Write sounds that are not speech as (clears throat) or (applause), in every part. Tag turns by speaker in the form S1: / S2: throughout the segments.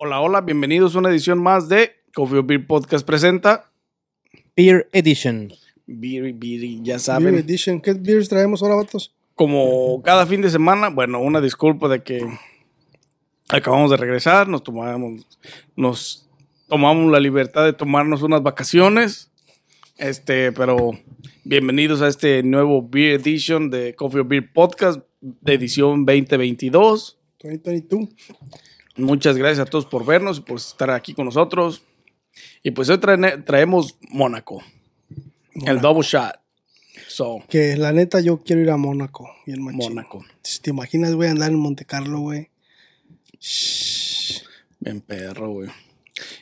S1: Hola, hola, bienvenidos a una edición más de Coffee or Beer Podcast presenta.
S2: Beer Edition.
S1: Beer, beer, ya
S3: Beer
S1: saben.
S3: Edition. ¿Qué beers traemos ahora, vatos?
S1: Como cada fin de semana, bueno, una disculpa de que acabamos de regresar, nos tomamos, nos tomamos la libertad de tomarnos unas vacaciones. Este, pero bienvenidos a este nuevo Beer Edition de Coffee or Beer Podcast de edición 2022.
S3: Tony, Tony, tú.
S1: Muchas gracias a todos por vernos, por estar aquí con nosotros. Y pues hoy traene- traemos Mónaco, el double shot. So,
S2: Ah,
S3: Que la neta yo quiero ir a Mónaco. Y el machín.
S1: Mónaco.
S3: Si te imaginas, güey, andar en Monte Carlo, güey.
S1: bien perro, güey.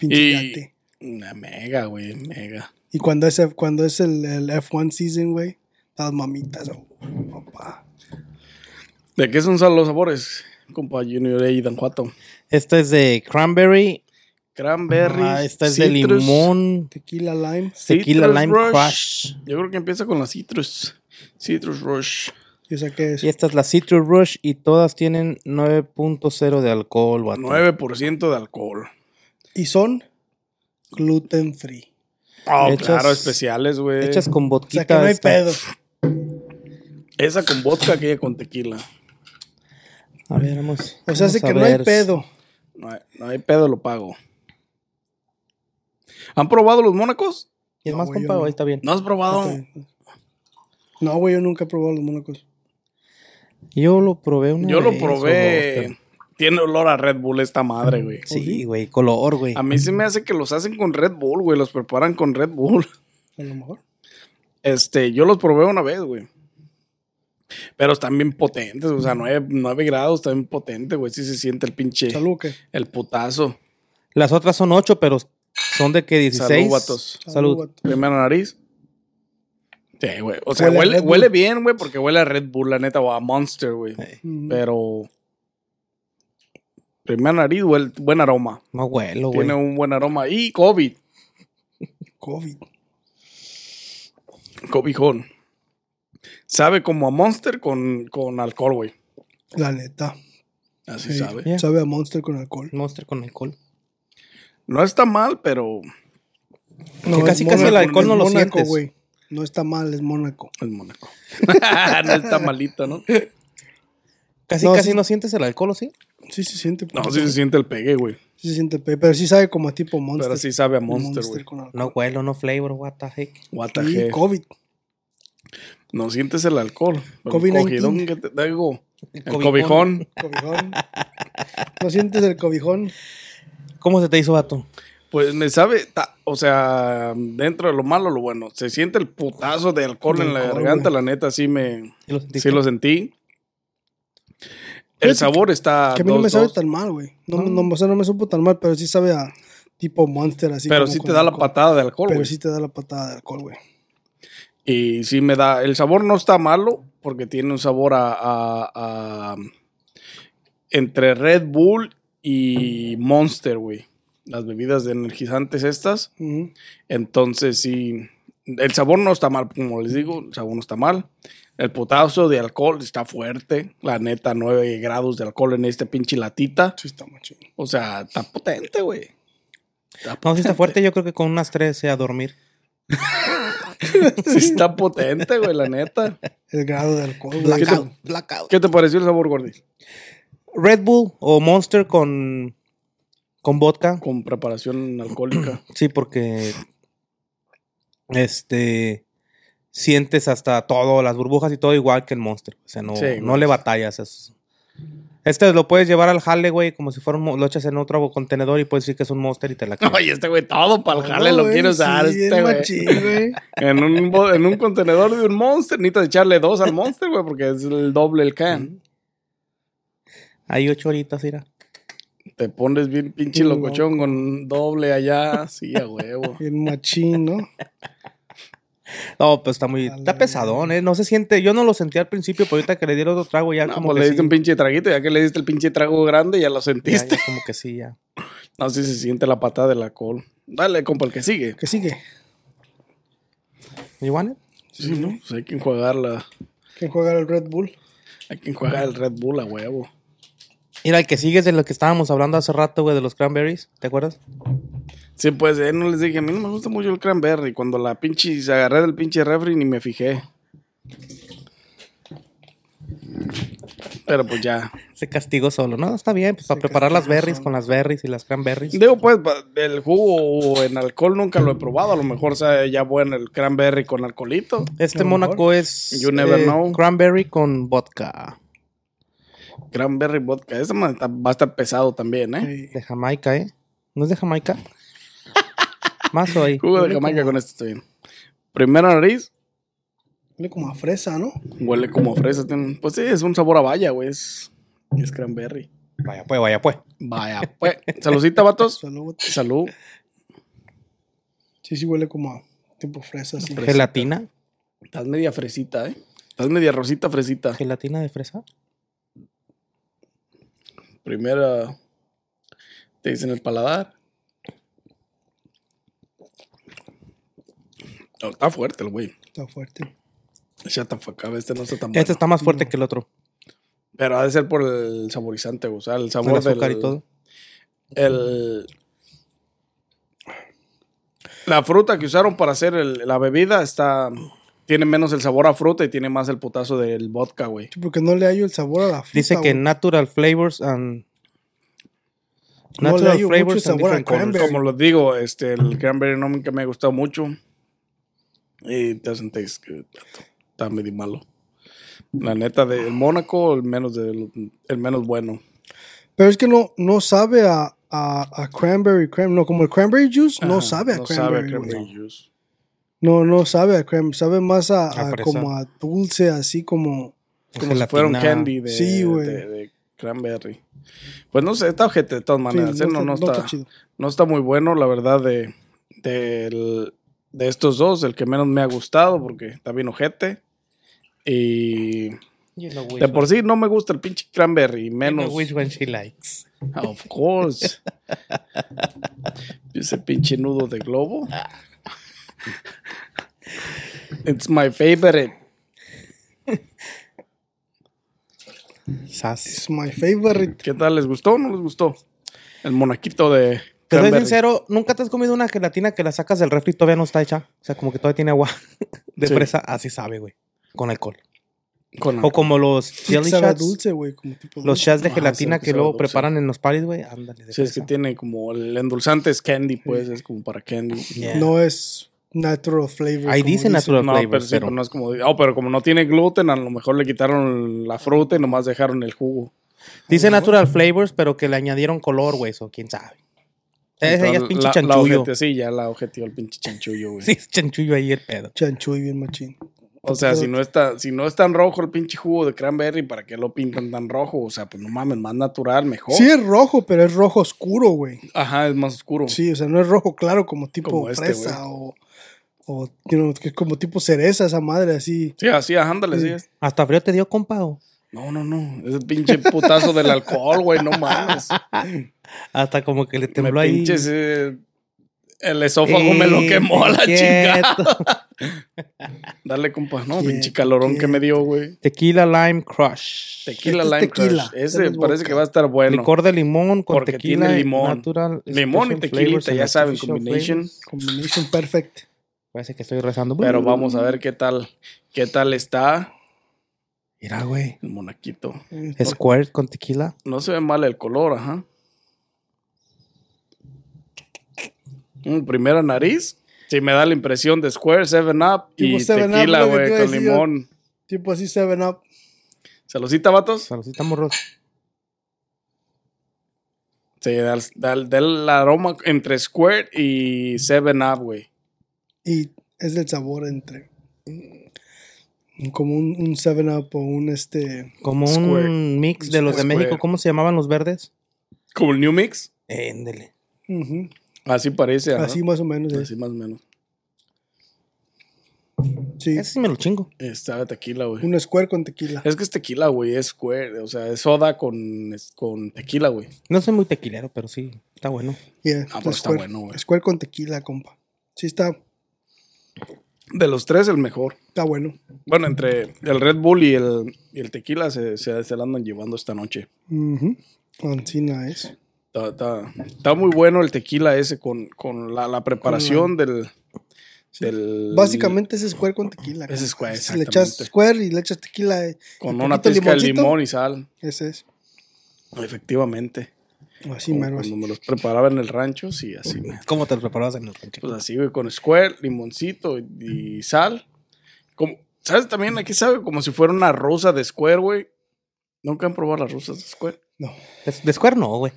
S3: Pinche
S1: Y
S3: yate.
S1: una mega, güey, mega.
S3: Y cuando es, cuando es el, el F1 season, güey, las mamitas, oh, papá.
S1: ¿De qué son sal- los sabores, compa Junior y Don Juato?
S2: Esta es de cranberry.
S1: Cranberry,
S2: Ah, esta es de limón.
S3: Tequila Lime.
S2: Tequila lime
S1: Rush.
S2: crush.
S1: Yo creo que empieza con la citrus. Citrus Rush.
S3: Yo sé qué es.
S2: Y esta es la Citrus Rush y todas tienen 9.0 de alcohol, vato.
S1: 9% de alcohol.
S3: Y son gluten free.
S1: Oh,
S2: Hechas-
S1: claro, especiales, güey.
S2: Hechas con
S3: O sea
S2: vodka.
S3: que no hay
S2: está-
S3: pedo.
S1: Esa con vodka, aquella con tequila.
S2: A ver, vamos.
S3: O sea, hace
S2: vamos a
S3: que no hay
S2: ver.
S3: pedo.
S1: No hay, no hay pedo, lo pago. ¿Han probado los mónacos?
S2: ¿Y es
S3: No,
S2: más,
S3: güey, yo
S2: compa?
S3: no.
S2: Ahí está bien.
S1: ¿No has probado?
S3: No, güey, yo nunca he probado los Mónacos.
S2: Yo lo probé una
S1: Yo lo
S2: vez o dos,
S1: probé.
S2: pero-
S1: Tiene olor a Red Bull esta madre, güey.
S2: Sí, güey, color, güey.
S1: A mí se me hace que los hacen con Red Bull, güey. Los preparan con Red Bull. (laughs)
S3: A lo mejor.
S1: Este, yo los probé una vez, güey. Pero están bien potentes, o sea, 9, grados, está bien potente, güey. Sí se siente el pinche,
S3: Salud, ¿qué?
S1: el putazo.
S2: Las otras son 8, pero son de que 16.
S1: Salud, vatos.
S2: Salud.
S3: vato.
S1: Primera nariz. Sí, güey. O sea,
S3: Huele a
S1: huele,
S3: Red Bull.
S1: huele bien, güey, porque huele a Red Bull, la neta, o a Monster, güey.
S2: Eh,
S3: Mm.
S1: Pero. Primera nariz, huele- buen aroma.
S2: No
S3: Oh,
S2: huelo, güey.
S1: Tiene un buen aroma. Y COVID.
S3: COVID.
S1: Cobijón. Sabe como a Monster con, con alcohol, güey.
S3: La neta.
S1: Así
S3: Sí,
S1: sabe.
S2: Yeah.
S3: Sabe a Monster con alcohol.
S2: Monster con alcohol.
S1: No está mal, pero.
S2: Que casi,
S3: es
S2: casi el
S3: Mónaco,
S2: alcohol
S3: es
S2: no lo
S3: Mónaco,
S2: sientes.
S3: güey. No está mal, es Mónaco.
S1: Es Mónaco. (laughs) no está malito, ¿no?
S2: Casi,
S3: No,
S2: casi
S3: sí.
S2: no sientes el alcohol, ¿o ¿sí?
S3: Sí se siente.
S1: No, sí se siente el pegue, güey.
S3: Sí se siente, pe- pero sí sabe como a tipo Monster.
S1: Pero sí sabe a Monster, güey.
S3: con alcohol.
S2: No huelo, no flavor, what the heck.
S1: What the
S3: Y
S1: heck.
S3: COVID.
S1: No sientes el alcohol. El
S3: COVID-19.
S1: cogidón que te traigo. El
S2: cobijón.
S1: cobijón.
S3: Cobijón. (laughs) ¿No sientes el cobijón?
S2: ¿Cómo se te hizo, vato?
S1: Pues me sabe, ta- o sea, dentro de lo malo, lo bueno. Se siente el putazo de alcohol
S3: De
S1: en la
S3: alcohol,
S1: garganta,
S3: güey.
S1: la neta, sí me.
S2: ¿Sí lo
S1: Sí
S2: sentiste?
S1: lo sentí.
S3: Fíjate
S1: El sabor está.
S3: que a mí no
S1: Ah, dos,
S3: me sabe
S1: dos,
S3: tan mal, güey. No, me- no, o sea, no me supo tan mal, pero sí sabe a tipo Monster. así
S1: pero
S3: como
S1: sí
S3: con
S1: te da la
S3: alcohol.
S1: patada de alcohol,
S3: Pero
S1: güey.
S3: sí te da la patada de alcohol, güey.
S1: Y sí me da. El sabor no está malo, porque tiene un sabor a. a- a- entre Red Bull y Monster, güey. Las bebidas de energizantes estas.
S3: Ujú.
S1: Entonces sí. El sabor no está mal, como les digo, el sabor no está mal. El potasio de alcohol está fuerte. La neta, 9 grados de alcohol en esta pinche latita.
S3: Sí está machín.
S1: O sea, está potente, güey. Está
S2: No, si está fuerte, yo creo que con unas tres sea a dormir.
S1: (laughs) Sí está potente, güey, la
S3: (laughs)
S1: neta.
S3: El grado de alcohol, güey.
S1: Blackout. ¿Qué te pareció el sabor, Gordy?
S2: Red Bull o Monster con, con vodka.
S1: Con preparación
S3: (clears throat)
S1: alcohólica.
S2: Sí, porque este sientes hasta todo, las burbujas y todo igual que el Monster. O sea, no,
S1: Sí, güey.
S2: no le batallas. Es, este lo puedes llevar al jale, güey, como si fuera un, mo- lo echas en otro contenedor y puedes decir que es un Monster y te la comes.
S1: Oye, este güey, todo para el jale
S3: No,
S1: lo
S3: Ah, güey,
S1: quiere usar.
S3: sí,
S1: este
S3: es
S1: güey.
S3: machín, güey.
S1: En un, bo- en un contenedor de un monster, necesitas echarle dos al monster, güey, porque es el doble el can.
S2: Hay ocho horitas, mira.
S1: Te pones bien pinche
S3: Sí,
S1: locochón con doble allá. Sí, a huevo.
S3: Bien machín, ¿no?
S2: No, pues está muy.
S3: A
S2: Está
S3: la
S2: pesadón, ¿eh? No se siente. Yo no lo sentí al principio, pero ahorita que le di el otro trago (laughs) ya.
S1: No,
S2: como
S1: pues
S2: que
S1: le diste
S2: sí,
S1: un pinche traguito, ya que le diste el pinche trago grande, ya lo
S2: ya- ya
S1: sentiste.
S2: (laughs) como que sí, ya.
S1: No sé si se siente la patada del alcohol. Dale, compa, el que sigue.
S3: ¿Qué sigue?
S2: ¿You want it?
S1: Sí, ¿no? Pues hay que enjuagarla.
S3: ¿Quién juega el Red Bull?
S1: Hay que enjuagar el Red Bull a huevo.
S2: Mira, el que sigue es de lo que estábamos hablando hace rato, güey, de los cranberries. ¿Te acuerdas?
S1: Sí, pues eh, no les dije, a mí no me gusta mucho el cranberry. Cuando la pinche se agarré del pinche refri ni me fijé. Pero pues ya.
S2: Se castigó solo. No, está bien, pues para preparar las berries con las berries y las cranberries.
S1: Digo, pues, pa- el jugo en alcohol nunca lo he probado. A lo mejor sea ya bueno el cranberry con alcoholito.
S2: Este Mónaco es. eh,
S1: You never know.
S2: Cranberry con vodka.
S1: Cranberry vodka. Ese man está- va a estar pesado también, ¿eh?
S3: Sí.
S2: De Jamaica, ¿eh? ¿No es
S1: (laughs)
S2: de Jamaica? Más hoy.
S1: Jugo de Jamaica con esto está bien. Primera nariz,
S3: Huele como a fresa, ¿no?
S1: huele como a fresa. tiene- Pues sí, es un sabor a valla, güey. Es, es cranberry.
S2: Vaya, pues, vaya, pues.
S1: Vaya, pues. Saludcita, vatos.
S3: Salud.
S1: Salud.
S3: Sí, sí, huele como a tipo fresa. Sí.
S2: Gelatina.
S1: Estás media fresita, ¿eh? Estás media rosita fresita.
S2: Gelatina de fresa.
S1: Primera te dicen el paladar. No, está fuerte el güey.
S3: Está fuerte.
S1: Ya tan facaba, este no está tan bueno.
S2: Este está más fuerte que el otro.
S1: Pero ha de ser por el saborizante, o sea, el
S2: Con el
S1: sabor
S2: azúcar
S1: del,
S2: y todo.
S1: el la fruta que usaron para hacer el- la bebida está tiene menos el sabor a fruta y tiene más el putazo del vodka, güey.
S3: Sí, porque no le hallo el sabor a la fruta.
S2: Dice que
S3: güey.
S2: natural flavors and.
S3: No le
S2: Natural
S3: hallo mucho
S2: flavors and
S3: sabor a
S2: different colors.
S3: cranberry.
S1: Pues Como les digo, este el cranberry no me, que me ha gustado mucho. Y te hacen taste good. Está medio malo. La neta del Mónaco, el menos del- el menos bueno.
S3: Pero es que no, no sabe a, a, a cranberry, cran- no, como el cranberry juice, no
S1: Ajá,
S3: sabe a
S1: no sabe a
S3: cranberry. güey.
S1: cranberry juice.
S3: No, no sabe a cranberry, sabe más a,
S2: A
S3: a
S2: fresa.
S3: como a dulce, así como...
S1: Como si fuera un candy de,
S3: Sí, güey.
S1: de- de cranberry. Pues no sé, está ojete de todas
S3: Sí,
S1: maneras. ¿eh? no, no está,
S3: chido.
S1: no está muy bueno, la verdad, de, del- de estos dos. El que menos me ha gustado porque está bien ojete. Y
S2: You know which
S1: de por sí no me gusta el pinche cranberry, y
S2: one- you
S1: menos.
S2: know which one she likes.
S1: (laughs) Of course. Ese pinche nudo de globo. It's my favorite.
S2: Sas.
S3: It's my favorite.
S1: ¿Qué tal? ¿Les gustó o no les gustó? El monaquito de.
S2: Te soy
S1: cranberry.
S2: sincero, nunca te has comido una gelatina que la sacas del refri y todavía no está hecha. O sea, como que todavía tiene agua (laughs) de
S1: Sí.
S2: fresa. Así sabe, güey. Con alcohol.
S1: Con
S2: O como los jelly
S3: sabe a
S2: shots.
S3: dulce, güey, como tipo...
S2: Los shots de
S1: Ajá,
S2: gelatina
S1: sí,
S2: que
S1: sabe
S2: luego
S1: Ah, dulce.
S2: preparan en los paris, güey. Ándale. de
S1: Sí, es que
S2: fresa.
S1: tiene como el endulzante es candy, pues, es como para candy.
S2: Yeah.
S3: No es natural flavor.
S2: Ahí
S3: como
S2: dice natural
S1: No,
S2: flavor,
S1: pero sí,
S2: pero-
S1: pero no es como. Oh, pero como no tiene gluten, a lo mejor le quitaron la fruta y nomás dejaron el jugo.
S2: Dice natural flavors, pero que le añadieron color, güey. Eso, quién sabe. Ese ya es
S1: Entonces,
S2: pinche
S1: la- La
S2: chanchullo.
S1: ojete- sí, ya la objetió el pinche chanchullo, güey.
S2: (laughs) Sí, es chanchullo ahí el pedo.
S3: Chanchuy bien machín.
S1: O sea, si no está, si no es tan rojo el pinche jugo de cranberry, ¿para qué lo pintan tan rojo? O sea, pues no mames, más natural, mejor.
S3: Sí es rojo, pero es rojo oscuro, güey.
S1: Ajá, es más oscuro.
S3: Sí, o sea, no es rojo claro como tipo
S1: Como este,
S3: fresa o, o you know, que es como tipo cereza esa madre así.
S1: Sí, así, ajá, ándale, sí. es.
S2: Hasta frío te dio, compa. o?
S1: No, no, no. Ese pinche putazo del alcohol, güey, no
S3: (laughs)
S1: mames.
S2: Hasta como que le
S1: Me
S2: tembló ahí.
S1: pinches. eh, el esófago me lo
S2: Eh,
S1: quemó a la chingada.
S2: quieto.
S1: (laughs) Dale, compa. No,
S3: Quieto,
S1: pinche calorón que me dio, güey.
S2: (laughs) Tequila Lime Crush.
S1: Tequila
S3: Este
S1: Lime
S3: es tequila,
S1: Crush.
S3: este
S1: Ese
S3: es
S1: parece
S3: vodka.
S1: que va a estar bueno.
S2: Licor de limón con
S1: Porque
S2: tequila.
S1: tiene limón.
S2: natural
S1: Limón y
S2: special
S1: tequilita,
S2: flavors
S1: ya
S2: and
S1: saben,
S2: artificial
S1: combination.
S2: flavors.
S3: Combination perfect.
S2: Parece que estoy rezando.
S1: Pero vamos a ver qué tal, qué tal está
S2: Mira, güey.
S1: el monaquito.
S2: Squirt con tequila.
S1: No se ve mal el color, ajá. Mm, primera nariz. Sí, me da la impresión de Square, 7-Up y
S3: Tipo 7 pues Up,
S1: tequila,
S3: lo que te
S1: güey,
S3: iba a
S1: con
S3: decir.
S1: limón.
S3: Tipo así 7 up.
S1: ¿Saludcita, vatos?
S2: Saludcita, morros.
S1: Sí, da, da- da el aroma entre Square y 7-Up, güey.
S3: Y es el sabor entre. mm, Como un, un 7 up o un este.
S2: Como
S1: Squirt.
S2: un mix de los de
S1: Squirt.
S2: México. ¿Cómo se llamaban los verdes?
S1: Como el New Mix.
S2: Éndele.
S3: Ujú.
S1: Así parece. ajá.
S3: Así más o menos es.
S1: Así más o menos.
S3: Sí.
S2: Ese sí me lo chingo.
S1: Está tequila, güey.
S3: Un square con tequila.
S1: Es que es tequila, güey. Es square. O sea, es soda con, es- con tequila, güey.
S2: No soy muy tequilero, pero sí, está bueno.
S3: Yeah,
S1: Ah, pero está
S3: square.
S1: bueno, güey.
S3: Square con tequila, compa. Sí, está,
S1: De los tres, el mejor.
S3: está bueno.
S1: Bueno, entre el Red Bull y el, y el tequila se, se, se la andan llevando esta noche.
S3: Ujú. Ancina es.
S1: Está, está- está muy bueno el tequila ese con, con la, la preparación del, del-
S3: Básicamente es square con tequila.
S1: Es
S3: compa.
S1: square,
S3: Si le echas
S1: exactamente.
S3: square y le echas tequila. eh,
S1: Con
S3: y
S1: una
S3: poquito
S1: pizca de
S3: limoncito.
S1: limón y sal.
S3: Ese es.
S1: Efectivamente.
S3: Así
S1: Como
S3: mero, así.
S1: Cuando me los preparaba en el rancho, sí, así. güey.
S2: ¿Cómo te lo preparabas en el rancho?
S1: Pues así, güey, con square, limoncito y, y sal. Como, ¿Sabes también? Aquí sabe como si fuera una rosa de square, güey. Nunca han probado las rosas de square.
S3: No.
S2: De, de Square no, güey.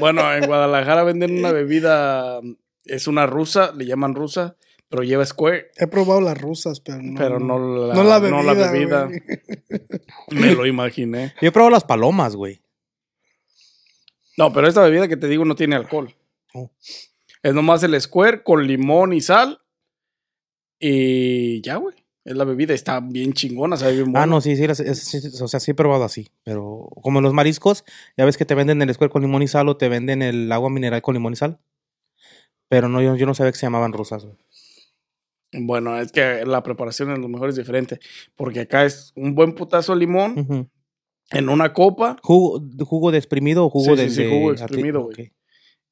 S1: Bueno, en Guadalajara venden una bebida, es una rusa, le llaman rusa, pero lleva square,
S3: He probado las rusas, pero no.
S1: pero no la,
S3: no la
S1: bebida.
S3: bebida. güey.
S1: Me lo imaginé.
S2: Yo he probado las palomas, güey.
S1: No, pero esta bebida que te digo no tiene alcohol.
S2: Oh.
S1: Es nomás el square con limón y sal. Y ya, güey. Es la bebida, está bien chingona, sabe bien bueno.
S2: Ah, no, sí, sí, las- es- sí, sí, O sea, sí he probado así. Pero como los mariscos, ya ves que te venden el Square con limón y sal o te venden el agua mineral con limón y sal. Pero no, yo, yo no sabía que se llamaban rusas, güey.
S1: Bueno, es que la preparación en lo mejor es diferente. Porque acá es un buen putazo de
S3: Mm.
S1: limón
S2: Ujú.
S1: en una copa.
S2: ¿Jugo, de- ¿Jugo de exprimido o jugo
S1: Sí,
S2: de,
S1: sí, sí,
S2: de-
S1: jugo
S2: atli-
S1: exprimido,
S2: ok.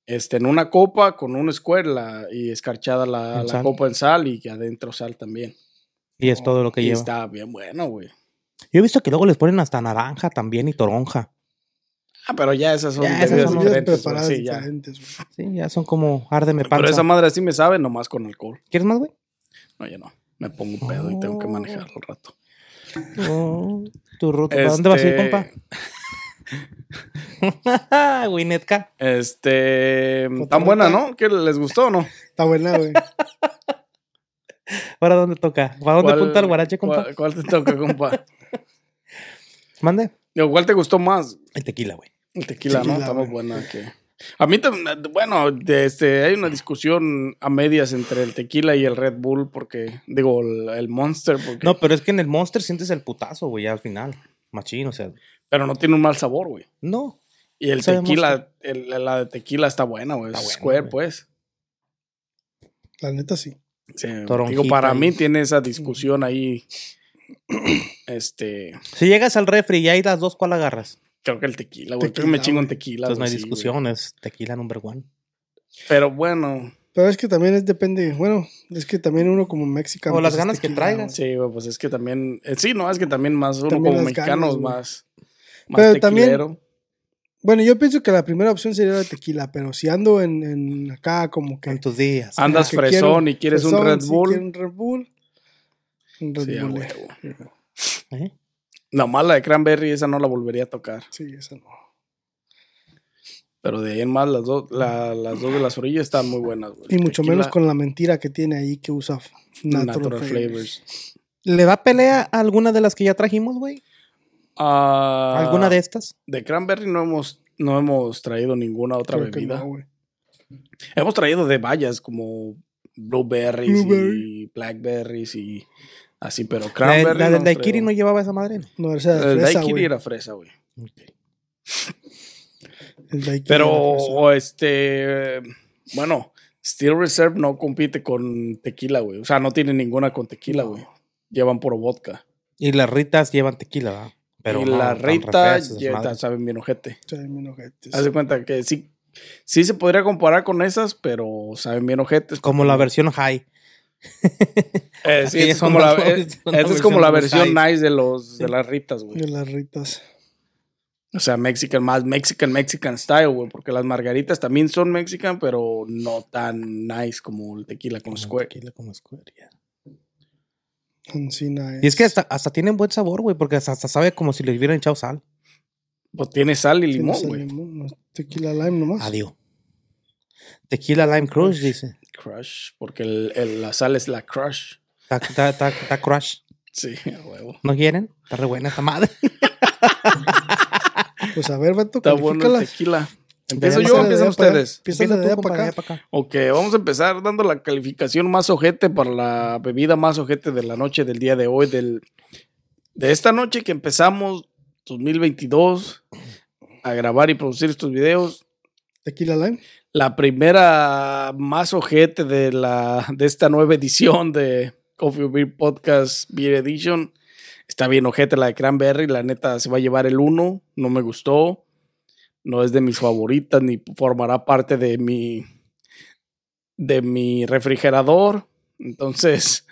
S1: este, en una copa con un square la- y escarchada la,
S2: En
S1: la
S2: sal.
S1: copa en sal y que adentro sal también.
S2: Y es todo lo que
S1: y
S2: lleva.
S1: está bien bueno, güey.
S2: Yo he visto que luego les ponen hasta naranja también y toronja.
S1: Ah, pero ya esas son
S2: Ya, esas
S1: bebidas
S3: Esas
S2: son
S3: son bebidas
S1: diferentes. güey,
S3: preparadas
S1: sí, ya.
S3: diferentes. güey.
S2: Sí, ya son como árdeme panza.
S1: Pero esa madre sí me sabe nomás con alcohol. (laughs)
S2: ¿Quieres más, güey?
S1: No, ya no. Me pongo pedo y tengo que
S2: Oh.
S1: manejar al rato.
S2: Oh, tu ruta. ¿Para dónde vas a ir,
S1: Este,
S2: (laughs) compa? Winnetka.
S1: Este.
S3: Con
S1: Tan buena,
S3: torta.
S1: ¿no? ¿Que les gustó o no?
S3: Está buena, güey.
S2: ¿Para dónde toca? ¿Para dónde
S1: ¿Cuál-
S2: apunta el guarache, compa?
S1: ¿Cuál, cuál te toca, compa?
S2: Mande.
S1: Digo, ¿Cuál te gustó más?
S2: El tequila, güey.
S1: El tequila, ¿no?
S3: Tequila,
S1: Está más
S3: güey.
S1: buena que. A mí también, bueno, de este, hay una discusión a medias entre el tequila y el Red Bull, porque, digo, el, el Monster, porque,
S2: No, pero es que en el Monster sientes el putazo, güey, ya al final. Machín, o sea.
S1: pero no tiene un mal sabor, güey.
S2: No.
S1: Y el
S2: Sabe
S1: tequila, el- la- la de tequila está buena, güey.
S2: Está
S1: es
S2: buena,
S1: Square,
S2: güey.
S1: pues.
S3: La neta sí.
S1: Sí, digo,
S2: Toronjita
S1: para
S2: y-
S1: mí tiene esa
S2: Mm.
S1: discusión ahí. (clears throat) Este,
S2: Si llegas al refri y hay las dos, ¿cuál agarras?
S1: creo que el tequila, güey. Creo que
S3: Tequila,
S1: me chingo en
S3: güey.
S1: tequila.
S2: Entonces no
S1: güey,
S2: hay
S1: sí,
S2: discusión, es tequila number one.
S1: güey. Pero bueno,
S3: Pero es que también es depende. Bueno, es que también uno como mexicano.
S2: O las
S3: pues, es
S2: ganas que
S3: tequila,
S2: traigas.
S3: güey.
S1: sí, güey, pues es que también. eh, sí, no, es que también más uno
S3: También
S1: como
S3: las ganas,
S1: mexicano es
S3: güey.
S1: más. Más
S3: Pero también-
S1: tequilero.
S3: Bueno, yo pienso que la primera opción sería la tequila, pero si ando en, en acá como que. pues,
S2: En tus días.
S1: Andas
S3: como que
S1: fresón
S3: quiero-
S1: y quieres un
S3: fresón,
S1: Red
S3: sí,
S1: Bull.
S3: quiero un Red Bull. Un Red
S1: Sí, a
S3: Bull.
S1: huevo.
S3: eh.
S2: ¿eh?
S1: La mala de Cranberry, esa no la volvería a tocar.
S3: Sí, esa no.
S1: Pero de ahí en más, las, dos la- las dos de las orillas están muy buenas, güey.
S3: Y mucho
S1: Tequila,
S3: menos con la mentira que tiene ahí que usa f- Natural,
S1: Natural,
S3: Flavor.
S1: Flavors.
S2: ¿Le da pelea a alguna de las que ya trajimos, güey?
S1: Ah,
S2: ¿Alguna de estas?
S1: De Cranberry no hemos, no hemos traído ninguna otra
S3: Creo que
S1: bebida.
S3: no, güey.
S1: hemos traído de vallas como blueberries
S3: Blueberry.
S1: y blackberries y así, pero
S2: La, de-
S1: Cranberry.
S2: la del
S1: hemos
S2: Daiquiri no
S1: traído.
S2: llevaba esa madre. ¿no?
S3: No, esa era
S1: El
S3: fresa,
S1: Daiquiri
S3: güey.
S1: era fresa, güey.
S3: El daiquiri
S1: Pero,
S3: era fresa.
S1: o este. Bueno, Steel Reserve no compite con tequila, güey. O sea, no tiene ninguna con tequila, güey. Llevan puro vodka.
S2: Y las ritas llevan tequila, ¿verdad?
S1: y
S2: no,
S1: la
S2: tan
S1: Rita
S2: refresas,
S1: ya
S2: madre.
S1: ta- saben bien ojete.
S3: Saben bien ojetes.
S1: Haz de cuenta que sí, sí se podría comparar con esas, pero saben bien ojetes.
S2: Como la versión high.
S1: Eh, sí, esta
S2: aquellas
S1: es como
S2: son
S1: la,
S2: las-
S1: eh,
S2: son
S1: esta
S2: la
S1: es como
S2: versión
S1: la
S2: de los
S1: versión
S2: size.
S1: nice de los de las ritas, güey.
S3: De las ritas.
S1: O sea, Mexican, más Mexican, Mexican style, güey. Porque las margaritas también son Mexican, pero no tan nice como el tequila con
S2: Como
S1: Square.
S2: tequila, como Square, ya.
S3: Encina
S2: Y es que hasta, hasta tienen buen sabor, güey, porque hasta, hasta sabe como si le hubieran echado sal.
S1: Pues tiene sal y
S3: Tiene
S1: limón,
S3: sal,
S1: güey.
S3: limón, no es Tequila lime nomás.
S2: Adiós. Tequila Lime Crush, dice.
S1: Crush, porque el- el- la sal es la crush.
S2: Ta, ta, ta, ta crush.
S1: Sí, (laughs) a huevo. (laughs)
S2: ¿No quieren? Está re buena esta madre.
S3: Pues a ver, Beto,
S1: Está bueno el
S3: califícalas.
S1: tequila. ¿Empiezo
S2: allá
S1: yo o empiezan
S2: para allá,
S3: de allá para allá.
S1: ustedes?
S3: Empieza de allá para acá.
S1: Ok, vamos a empezar dando la calificación más ojete para la bebida más ojete de la noche del día de hoy, del, de esta noche que empezamos 2022 a grabar y producir estos videos.
S3: Tequila Lime.
S1: La primera más ojete de, la, de esta nueva edición de Coffee or Beer Podcast Beer Edition. Está bien ojete la de Cranberry, la neta se va a llevar el 1, no me gustó. No es de mis favoritas ni formará parte de mi de mi refrigerador. Entonces,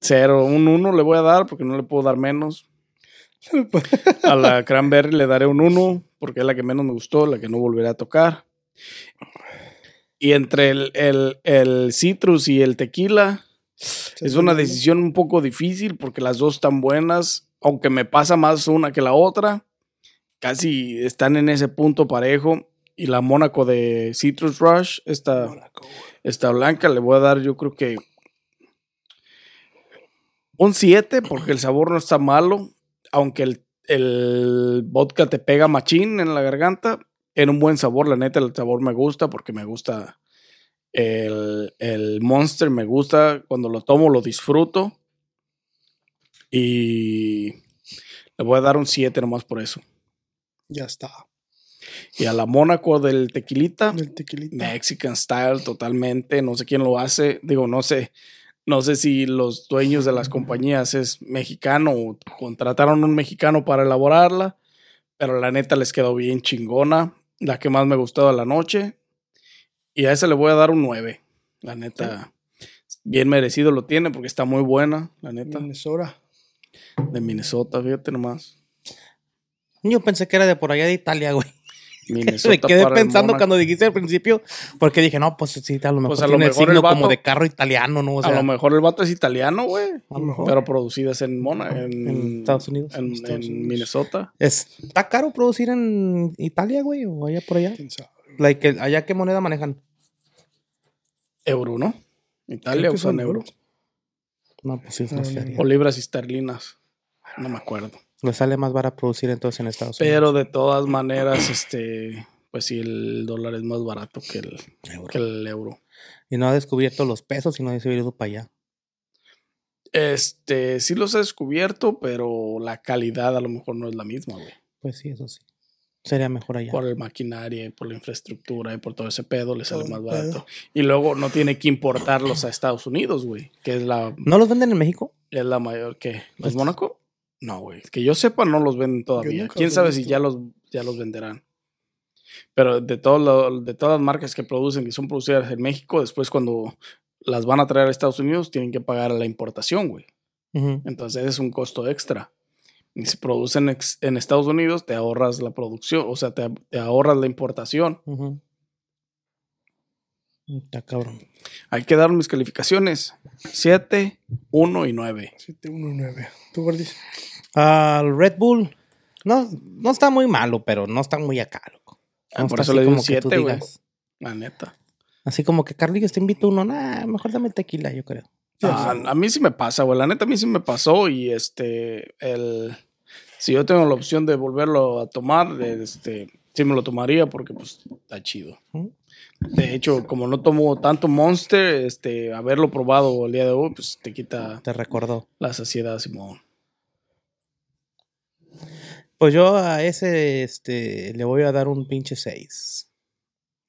S1: cero, un 1 le voy a dar porque no le puedo dar menos. A la Cranberry le daré un 1 porque es la que menos me gustó, la que no volveré a tocar. Y entre el, el, el citrus y el tequila es una decisión un poco difícil porque las dos están buenas, aunque me pasa más una que la otra. Casi están en ese punto parejo. Y la Mónaco de Citrus Rush, esta, esta blanca, le voy a dar yo creo que un 7 porque el sabor no está malo, aunque el, el vodka te pega machín en la garganta, en un buen sabor, la neta el sabor me gusta porque me gusta el, el Monster, me gusta cuando lo tomo, lo disfruto y le voy a dar un 7 nomás por eso.
S3: Ya está.
S1: Y a la Mónaco del tequilita,
S3: El tequilita.
S1: Mexican style totalmente, no sé quién lo hace, digo, no sé, no sé si los dueños de las compañías es mexicano o contrataron un mexicano para elaborarla, pero la neta les quedó bien chingona, la que más me gustó de la noche y a esa le voy a dar un 9, la neta. Bien merecido lo tiene porque está muy buena, la neta,
S3: Minnesota.
S1: de Minnesota, fíjate nomás.
S2: Yo pensé que era de por allá de Italia, güey. (laughs)
S1: Minnesota
S2: (laughs) Me quedé
S1: para el
S2: pensando
S1: Mónaco.
S2: cuando dijiste al principio, porque dije, no, pues sí, a lo mejor
S1: Pues a lo
S2: tiene el
S1: mejor el
S2: signo
S1: vato-
S2: como de carro italiano, ¿no? O sea,
S1: a lo mejor el vato es italiano, güey.
S2: a lo mejor.
S1: Pero producidas en Mona, en,
S2: En Estados Unidos.
S1: En,
S3: Estados
S1: en
S3: Unidos.
S1: Minnesota.
S2: Es- ¿Está caro producir en Italia, güey? ¿O allá por allá?
S3: ¿Quién sabe?
S2: Like, el- ¿Allá qué moneda manejan?
S1: Euro, ¿no? Italia
S3: Creo que
S1: usan
S3: son
S1: euro.
S3: euros.
S2: No, pues sí, es
S3: No,
S2: una
S3: no,
S2: feria.
S1: O libras esterlinas. No me acuerdo.
S2: Le sale más barato producir entonces en Estados Unidos.
S1: Pero de todas maneras, este, pues sí, el dólar es más barato que el,
S2: Euro.
S1: que el euro.
S2: Y no ha descubierto los pesos y no ha descubierto para allá.
S1: Este, sí los he descubierto, pero la calidad a lo mejor no es la misma, güey.
S2: Pues sí, eso sí. Sería mejor allá.
S1: Por el maquinaria, y por la infraestructura y por todo ese pedo, le sale
S3: Todo
S1: más
S3: el
S1: barato.
S3: pedo.
S1: Y luego no tiene que importarlos a Estados Unidos, güey, que es la
S2: ¿No los venden en México?
S1: Es la mayor que. ¿Los
S2: Pues-
S1: Mónaco? No, güey. Que yo sepa, no los venden todavía.
S3: nunca
S1: Quién
S3: los he
S1: sabe si
S3: visto.
S1: ya los, ya los venderán. Pero de, todo lo- de todas las marcas que producen, que son producidas en México, después cuando las van a traer a Estados Unidos, tienen que pagar la importación, güey.
S2: Ujú.
S1: Entonces es un costo extra. Y si producen ex- en Estados Unidos, te ahorras la producción, o sea, te, te ahorras la importación.
S2: Ujú. Mm, Está cabrón.
S1: Hay que dar mis calificaciones: 7, 1 y 9.
S3: 719. ¿Tú, Gordy?
S2: Al Red Bull, no, no está muy malo, pero no está muy acá, loco.
S1: Ah,
S2: No
S1: por eso
S2: está así
S1: le di un
S2: como que tú
S1: 7, güey.
S2: digas.
S1: La neta.
S2: Así como que Carlillos te invito uno, nah, mejor dame tequila, yo creo.
S1: Ah, a mí sí me pasa, güey. La neta, a mí sí me pasó. Y este, el. Si yo tengo la opción de volverlo a tomar, este, sí me lo tomaría porque, pues, está chido.
S2: Ujú.
S1: De hecho, como no tomo tanto Monster, este, haberlo probado el día de hoy, pues te quita
S2: Te recordó.
S1: la saciedad, Simón.
S2: Pues yo a ese este, le voy a dar un pinche 6.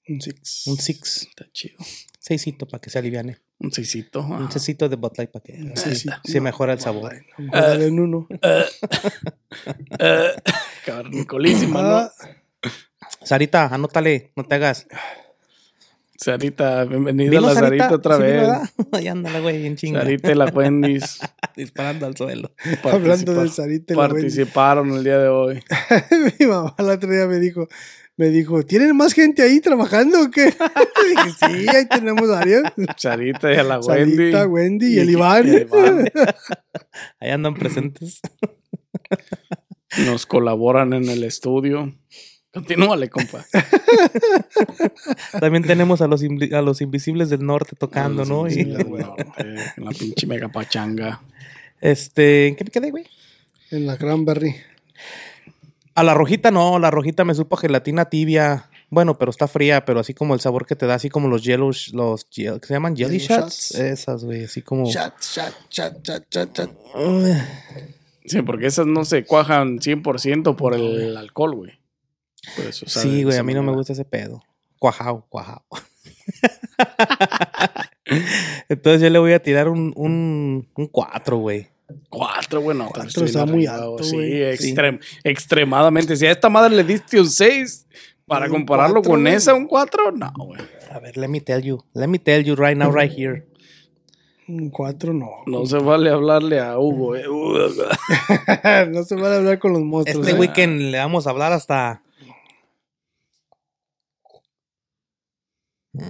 S3: Un six.
S2: Un 6.
S1: Está chido.
S2: Seisito para que se aliviane.
S1: Un seisito. ah.
S2: Un seisito de Bud Light para que
S3: Un six.
S2: se mejora el sabor.
S1: Ah,
S3: Guárdale en uno.
S1: (laughs) Eh, Carnicolísima, ¿no?
S3: Ah,
S2: Sarita, anótale, no te hagas.
S1: Sarita, bienvenida
S2: Dilo,
S1: la Sarita, otra
S2: Sí,
S1: vez.
S2: ¿verdad? (laughs) Ahí anda la güey en chinga.
S1: Sarita y la Wendy's
S2: Disparando al suelo.
S3: Hablando del
S1: participa-
S3: Sarita, la Wendy.
S1: participaron el día de hoy.
S3: (laughs) mi mamá el otro día me dijo, me dijo, ¿tienen más gente ahí trabajando o qué? (laughs) dije, sí, ahí tenemos varios. (laughs)
S1: Sarita y a la Wendy.
S3: Sarita, Wendy y el Iván.
S1: y el Iván.
S2: Ahí andan presentes.
S1: Nos colaboran en el estudio. Continúale, compa.
S2: También tenemos a los, invi- a los invisibles del norte tocando, ¿no?
S1: Sí,
S2: Y-
S1: la del norte, en la pinche mega pachanga.
S2: este, ¿en qué me quedé, güey?
S3: En la Cranberry.
S2: A la rojita no, la rojita me supo a gelatina tibia. Bueno, pero está fría, pero así como el sabor que te da, así como los yellow, sh- los que se llaman jelly
S3: Yellow
S2: shots,
S3: shots.
S2: esas, güey, así como.
S3: Chat, chat, chat, chat, chat, chat.
S1: Sí, porque esas no se cuajan 100% por el alcohol, güey. Por eso sabe
S2: sí,
S1: de
S2: güey,
S1: esa
S2: a mí no me
S1: manera.
S2: gusta ese pedo. Cuajao, cuajao. (laughs) Entonces yo le voy a tirar un, un, un cuatro, güey.
S1: Cuatro, güey, no. pero
S3: Cuatro
S1: estoy
S3: está
S1: bien
S3: muy
S1: arreglado.
S3: alto,
S1: Sí,
S3: güey.
S1: extrem- extremadamente. Si a esta madre le diste un 6, para
S3: Un
S1: compararlo
S3: cuatro,
S1: con
S3: güey.
S1: esa, un 4, no, güey.
S2: A ver, let me tell you. Let me tell you right now, right here.
S3: Un Cuatro no. (laughs)
S1: No se vale hablarle a Hugo. eh.
S3: no se van a hablar con los monstruos.
S2: Este
S3: ¿eh?
S2: weekend le vamos a hablar hasta. Mm.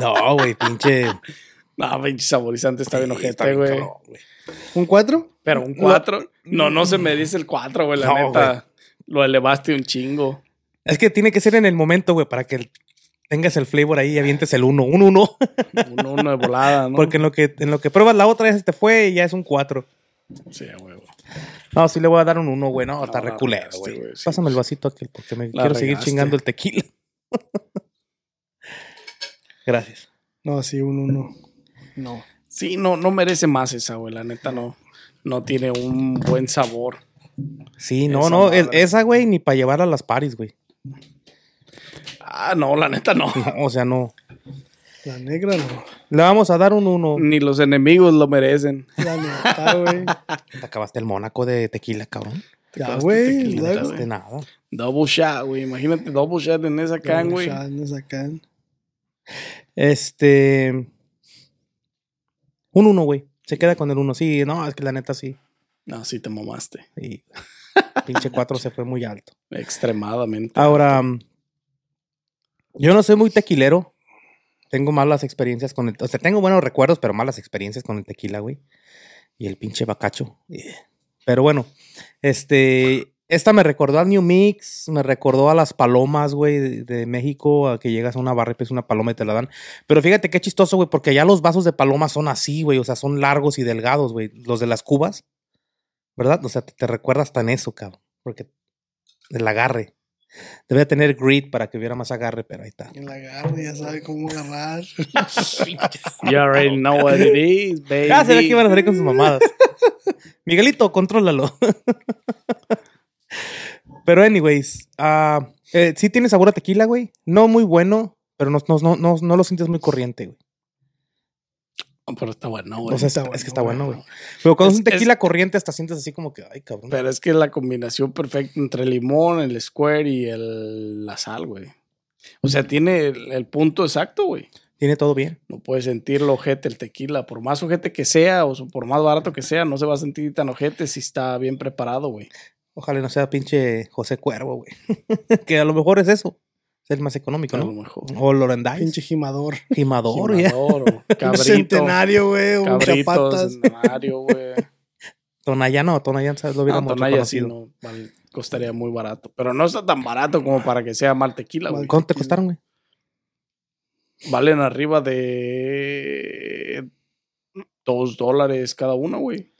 S2: No, güey, pinche.
S1: No, Ah, pinche saborizante está bien ojete, güey.
S3: ¿Un cuatro?
S1: Pero un 4, no, no se me dice el 4, güey, la
S2: No,
S1: neta. Lo elevaste un chingo.
S2: Es que tiene que ser en el momento, güey, para que tengas el flavor ahí y avientes el uno, un uno.
S1: Un 1 de volada, ¿no?
S2: Porque en lo que, en lo que pruebas la otra ya se te fue y ya es un 4.
S1: Sí, güey. güey.
S2: No, sí le voy a dar un 1, güey. No,
S1: No,
S2: está
S1: la
S2: reculero,
S1: regaste,
S2: güey.
S1: güey, sí.
S2: Pásame el vasito aquel porque me
S1: La
S2: quiero seguir
S1: regaste.
S2: chingando el tequila. (laughs) Gracias.
S3: No, sí, un uno.
S1: No. Sí, no, no merece más esa, güey. La neta no, no tiene un buen sabor.
S2: Sí, no,
S1: Esa
S2: no. es-
S1: madre.
S2: esa, güey, ni para llevarla a las paris, güey.
S1: Ah, no, la neta (laughs) no.
S2: No, o sea, no.
S3: La negra no.
S2: Le vamos a dar un 1.
S1: Ni los enemigos lo merecen.
S3: La neta, güey.
S2: Te acabaste el Mónaco de tequila, cabrón.
S3: Ya,
S1: acabaste
S3: güey.
S1: tequila,
S3: la-
S1: cabrón.
S2: De nada.
S1: Double shot, güey. Imagínate double shot en esa can, güey.
S3: Ya, nos sacan.
S2: Este. Un 1, güey. Se queda con el 1. Sí, no, es que la neta sí.
S1: No, sí te mamaste. (laughs)
S2: Sí. Pinche 4 se fue muy alto.
S1: Extremadamente.
S2: Ahora, mm, yo no soy muy tequilero. Tengo malas experiencias con el... O sea, tengo buenos recuerdos, pero malas experiencias con el tequila, güey. Y el pinche bacacho. Eh. Pero bueno, este... Esta me recordó a New Mix, me recordó a las palomas, güey, de, de México, a que llegas a una barra y pides una paloma y te la dan. Pero fíjate qué chistoso, güey, porque ya los vasos de paloma son así, güey, o sea, son largos y delgados, güey, los de las cubas, ¿verdad? O sea, te, te recuerdas tan eso, cabrón, porque el agarre. Debería tener grit para que hubiera más agarre, pero ahí está.
S3: El agarre, ya sabe cómo agarrar.
S1: (laughs) You already know what it is, baby.
S2: Ya Ah, se ve que iban a salir con sus mamadas. (laughs) Miguelito, contrólalo. (laughs) pero, anyways, ah, eh, sí tiene sabor a tequila, güey. No muy bueno, pero no, no, no, no, no lo sientes muy corriente, güey.
S1: Pero está bueno, güey.
S2: O sea, está-
S3: está
S2: es
S3: bueno,
S2: que está
S3: güey.
S2: bueno, güey. Pero cuando
S1: Es-
S2: es, un tequila corriente, hasta sientes así como que, ay, cabrón.
S1: Pero es que es la combinación perfecta entre el limón, el square y el, la sal, güey. O sea, tiene el, el punto exacto, güey.
S2: tiene todo bien.
S1: No puedes sentir lo ojete el tequila. Por más ojete que sea o so- por más barato que sea, no se va a sentir tan ojete si está bien preparado, güey.
S2: Ojalá no sea pinche José Cuervo, güey. (laughs) que a lo mejor es eso. Es el más económico,
S1: A lo
S2: ¿no?
S1: mejor.
S2: O Lorenday.
S3: Pinche jimador.
S2: Timador, ya. (laughs)
S1: Jimador, o
S3: Un
S1: cabrito.
S3: centenario, güey. Un
S1: Cabrito,
S3: chapatas.
S1: centenario,
S2: (laughs)
S1: güey.
S2: Tonayán, no, Tonayán ¿sabes? lo hubiéramos
S1: No, Ah, Tonaya sí
S2: reconocido.
S1: no val- costaría muy barato. Pero no está tan barato como para que sea mal tequila, güey.
S2: ¿Cuánto te costaron, güey?
S1: Valen arriba de dos dólares cada uno, güey.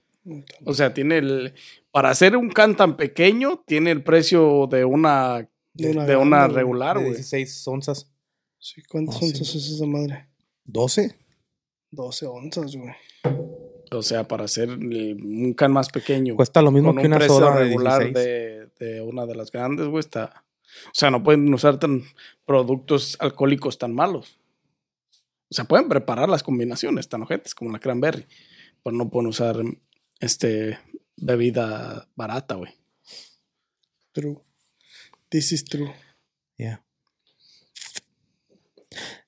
S1: O sea, tiene el. Para hacer un can tan pequeño, tiene el precio de una. De,
S3: De una
S1: de una
S3: grande, güey.
S1: regular,
S2: De
S1: güey.
S2: 16 onzas.
S3: Sí, ¿Cuántos
S2: Ah,
S3: son
S2: sí.
S3: onzas es esa madre?
S2: ¿12?
S3: 12 onzas, güey.
S1: O sea, para hacer el- un can más pequeño.
S2: Cuesta lo mismo
S1: con
S2: que
S1: un
S2: una
S1: precio
S2: soda de
S1: regular
S2: 16.
S1: de, de una de las grandes, güey, está. O sea, no pueden usar tan productos alcohólicos tan malos. O sea, pueden preparar las combinaciones tan ojetes como la cranberry, pero no pueden usar este bebida barata, güey.
S3: True. This is true.
S2: Yeah.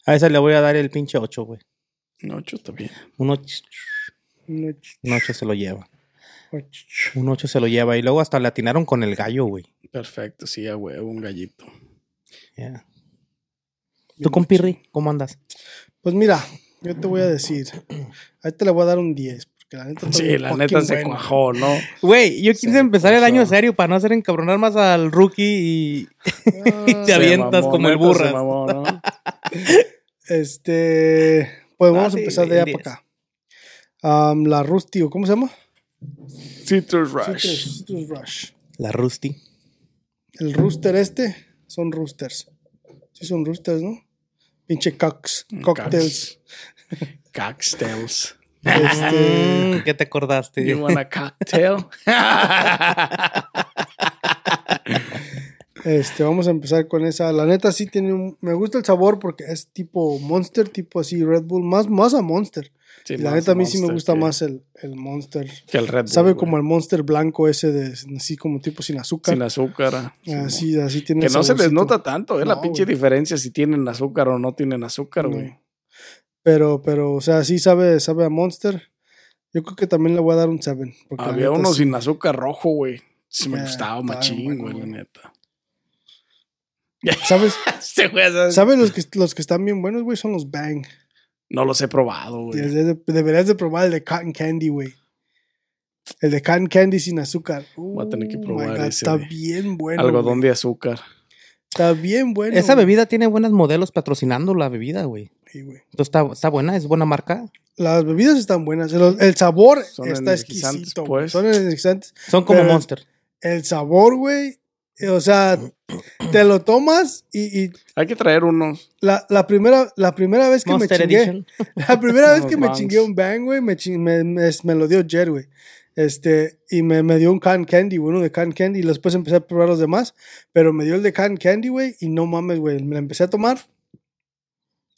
S2: A esa le voy a dar el pinche 8, güey.
S1: No, yo está bien.
S2: Un 8,
S3: No, ch-
S2: se lo lleva.
S3: oh, ch- ch-
S2: Un 8 se lo lleva. Y luego hasta le atinaron con el gallo, güey.
S1: Perfecto, sí, a huevo, un gallito.
S2: Yeah. ¿Tú con Pirri? ¿Cómo andas?
S3: Pues mira, yo te voy a decir. A este le voy a dar un 10. Porque la neta está
S1: Sí,
S3: bien
S1: la
S3: fucking
S1: neta se
S3: bueno.
S1: cuajó, ¿no?
S2: Güey, yo quise
S1: Se
S2: empezar el
S1: pasó.
S2: año serio para no hacer encabronar más al rookie y
S3: Ah,
S2: te
S1: Se
S2: avientas
S1: mamó,
S2: como el
S1: neta, se
S2: burras.
S1: mamó,
S2: (laughs)
S1: ¿no?
S3: Este. Pues vamos
S2: Ah, sí,
S3: este, pues a empezar de
S2: el
S3: allá
S2: 10.
S3: para acá. Am, la Rusty, ¿o cómo se llama?
S1: Citrus Rush.
S3: Citrus, Citrus Rush.
S2: La Rusty.
S3: El rooster este son roosters. Sí, son roosters, ¿no? Pinche cocks,
S1: Mm,
S3: cocktails.
S1: Cocktails.
S3: Este,
S2: Mm, ¿Qué te acordaste?
S1: You want a
S2: (laughs)
S1: cocktail?
S3: este, vamos a empezar con esa. La neta sí tiene un, me gusta el sabor porque es tipo Monster, tipo así Red Bull, más más a Monster.
S1: Sí,
S3: Y la
S1: más
S3: neta a mí sí me
S1: Monster
S3: gusta
S1: que-
S3: más el, el Monster.
S1: Que el Red Bull.
S3: Sabe
S1: güey.
S3: como el Monster blanco ese de así como tipo sin azúcar.
S1: Sin azúcar. ah.
S3: así, así tiene
S1: Que no se les
S3: saborcito.
S1: nota tanto, ¿eh? la
S3: No,
S1: pinche
S3: güey.
S1: diferencia si tienen azúcar o no tienen azúcar,
S3: No.
S1: güey.
S3: Pero, pero, o sea, sí sabe, sabe a Monster. Yo creo que también le voy a dar un 7.
S1: Había uno sin azúcar rojo, güey. Sí me
S3: Ya,
S1: gustaba
S3: estaba
S1: machín,
S3: bueno,
S1: güey, la
S3: güey.
S1: neta.
S3: (laughs) ¿Sabes?
S1: Este güey, ¿sabes?
S3: ¿Sabes los que, los que están bien buenos, güey? Son los Bang.
S1: No los he probado, güey.
S3: Deberías de, deberías de probar el de Cotton Candy, güey. El de Cotton Candy sin azúcar.
S1: Voy a tener que
S3: Oh my
S1: probar
S3: God,
S1: ese
S3: Está
S1: de
S3: bien bueno.
S1: Algodón
S3: güey.
S1: de azúcar.
S3: Está bien bueno.
S2: Esa
S3: güey.
S2: bebida tiene buenos modelos patrocinando la bebida, güey.
S3: Sí, güey.
S2: Entonces está, está buena, es buena marca.
S3: Las bebidas están buenas. El, el sabor
S1: Son
S3: está
S1: energizantes,
S3: exquisito. güey.
S1: pues.
S3: Son energizantes.
S2: Son como
S3: Pero-
S2: Monster.
S3: El sabor, güey. eh, O sea, te lo tomas y, y
S1: Hay que traer unos.
S3: La, la, primera, la primera vez que
S2: Monster
S3: me chingué.
S2: Edition.
S3: La primera vez
S1: Los
S3: que me
S1: bangs.
S3: chingué un bang, güey, me, chin- me, me, me lo dio Jed, güey. Este, y me, me dio un can candy, güey, uno de can candy, y después empecé a probar los demás. Pero me dio el de can candy, güey, y no mames, güey. Me la empecé a tomar.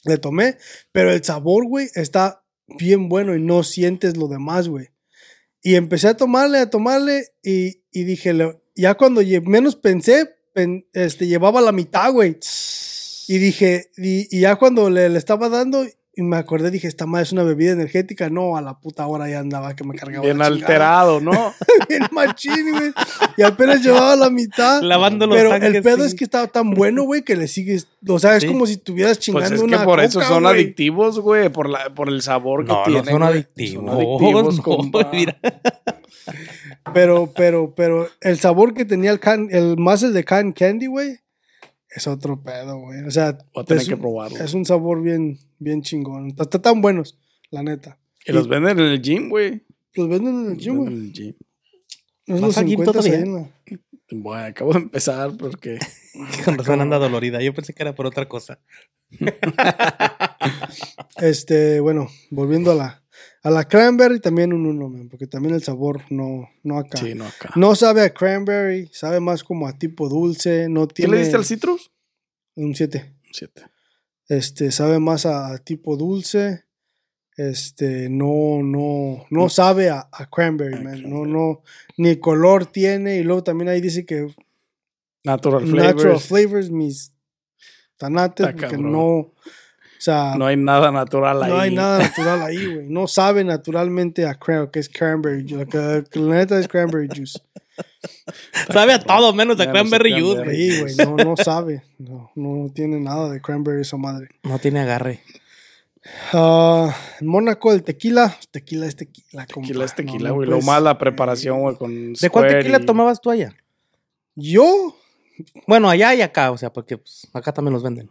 S3: Le tomé, pero el sabor, güey, está bien bueno y no sientes lo demás, güey. Y empecé a tomarle, a tomarle, y, y dije, le- ya cuando lle- menos pensé, pen- este, llevaba la mitad, güey. Y dije, y, y ya cuando le, le estaba dando, y me acordé, dije, esta madre es una bebida energética. No, a la puta hora ya andaba que me cargaba.
S1: Bien
S3: la chingada.
S1: alterado, ¿no?
S3: (laughs)
S1: Pues
S3: Bien machín, güey. Y apenas llevaba la mitad.
S2: Lavando los
S3: Ah, pero
S2: tanques,
S3: el pedo
S2: sí.
S3: es que estaba tan bueno, güey, que le sigues. O sea, es
S2: Sí.
S3: como si estuvieras chingando
S1: Pues es que
S3: una.
S1: por eso
S3: coca,
S1: son
S3: güey.
S1: adictivos, güey. Por, la- por el sabor que
S2: No, no
S1: tienen.
S2: son
S1: güey.
S2: adictivos.
S1: Son adictivos,
S2: (laughs) no,
S1: compa.
S2: mira.
S3: Pero, pero, pero el sabor que tenía el can, el más el de can candy, güey, es otro pedo, güey. O sea,
S1: Voy a tener
S3: es
S1: que
S3: un-
S1: probarlo.
S3: Es un sabor bien, bien chingón. Está, está tan buenos, la neta.
S1: Y los venden en el gym, güey.
S3: Los venden en el
S1: Los
S3: gym,
S1: venden
S3: güey.
S1: en el gym.
S3: No
S2: ¿Vas
S3: los
S2: al gym
S3: encuentras ahí
S2: todavía?
S3: en la-
S1: Bueno, acabo de empezar porque
S2: Con razón anda dolorida. Yo pensé que era por otra cosa.
S3: Este, bueno, volviendo a la, a la cranberry, también un uno, man, porque también el sabor no, no acá.
S1: sí, no acá.
S3: No sabe a cranberry, sabe más como a tipo dulce, no
S1: ¿Qué
S3: tiene...
S1: le diste al citrus?
S3: Un 7.
S1: Siete.
S3: Este, sabe más a, a tipo dulce. Este, no, no, no sabe a, a cranberry,
S1: Mm. A
S3: man. No,
S1: cranberry.
S3: no, ni color tiene. Y luego también ahí dice que
S1: Natural flavors.
S3: natural flavors, mis tanates,
S1: Está
S3: porque
S1: cabrón.
S3: no, o sea,
S1: No hay nada natural ahí.
S3: No
S1: (laughs)
S3: hay nada natural ahí, güey. No sabe naturalmente a creo que es cranberry juice. Que, que la neta es cranberry juice.
S2: Sabe a todo menos a
S1: Menos a
S2: Cranberry Juice,
S1: cranberry.
S2: güey.
S3: Ahí, güey. No, no sabe. No, no tiene nada de cranberry esa madre.
S2: No tiene agarre.
S3: Ah, en Mónaco, el tequila. Tequila es tequila. compa.
S1: Tequila es tequila,
S3: No, no
S1: güey.
S3: puedes-
S1: Lo más la preparación, güey, con
S2: ¿De cuál
S1: Square
S2: tequila
S1: y-
S2: tomabas tú allá?
S3: Yo,
S2: Bueno, allá y acá, o sea, porque pues, acá también los venden.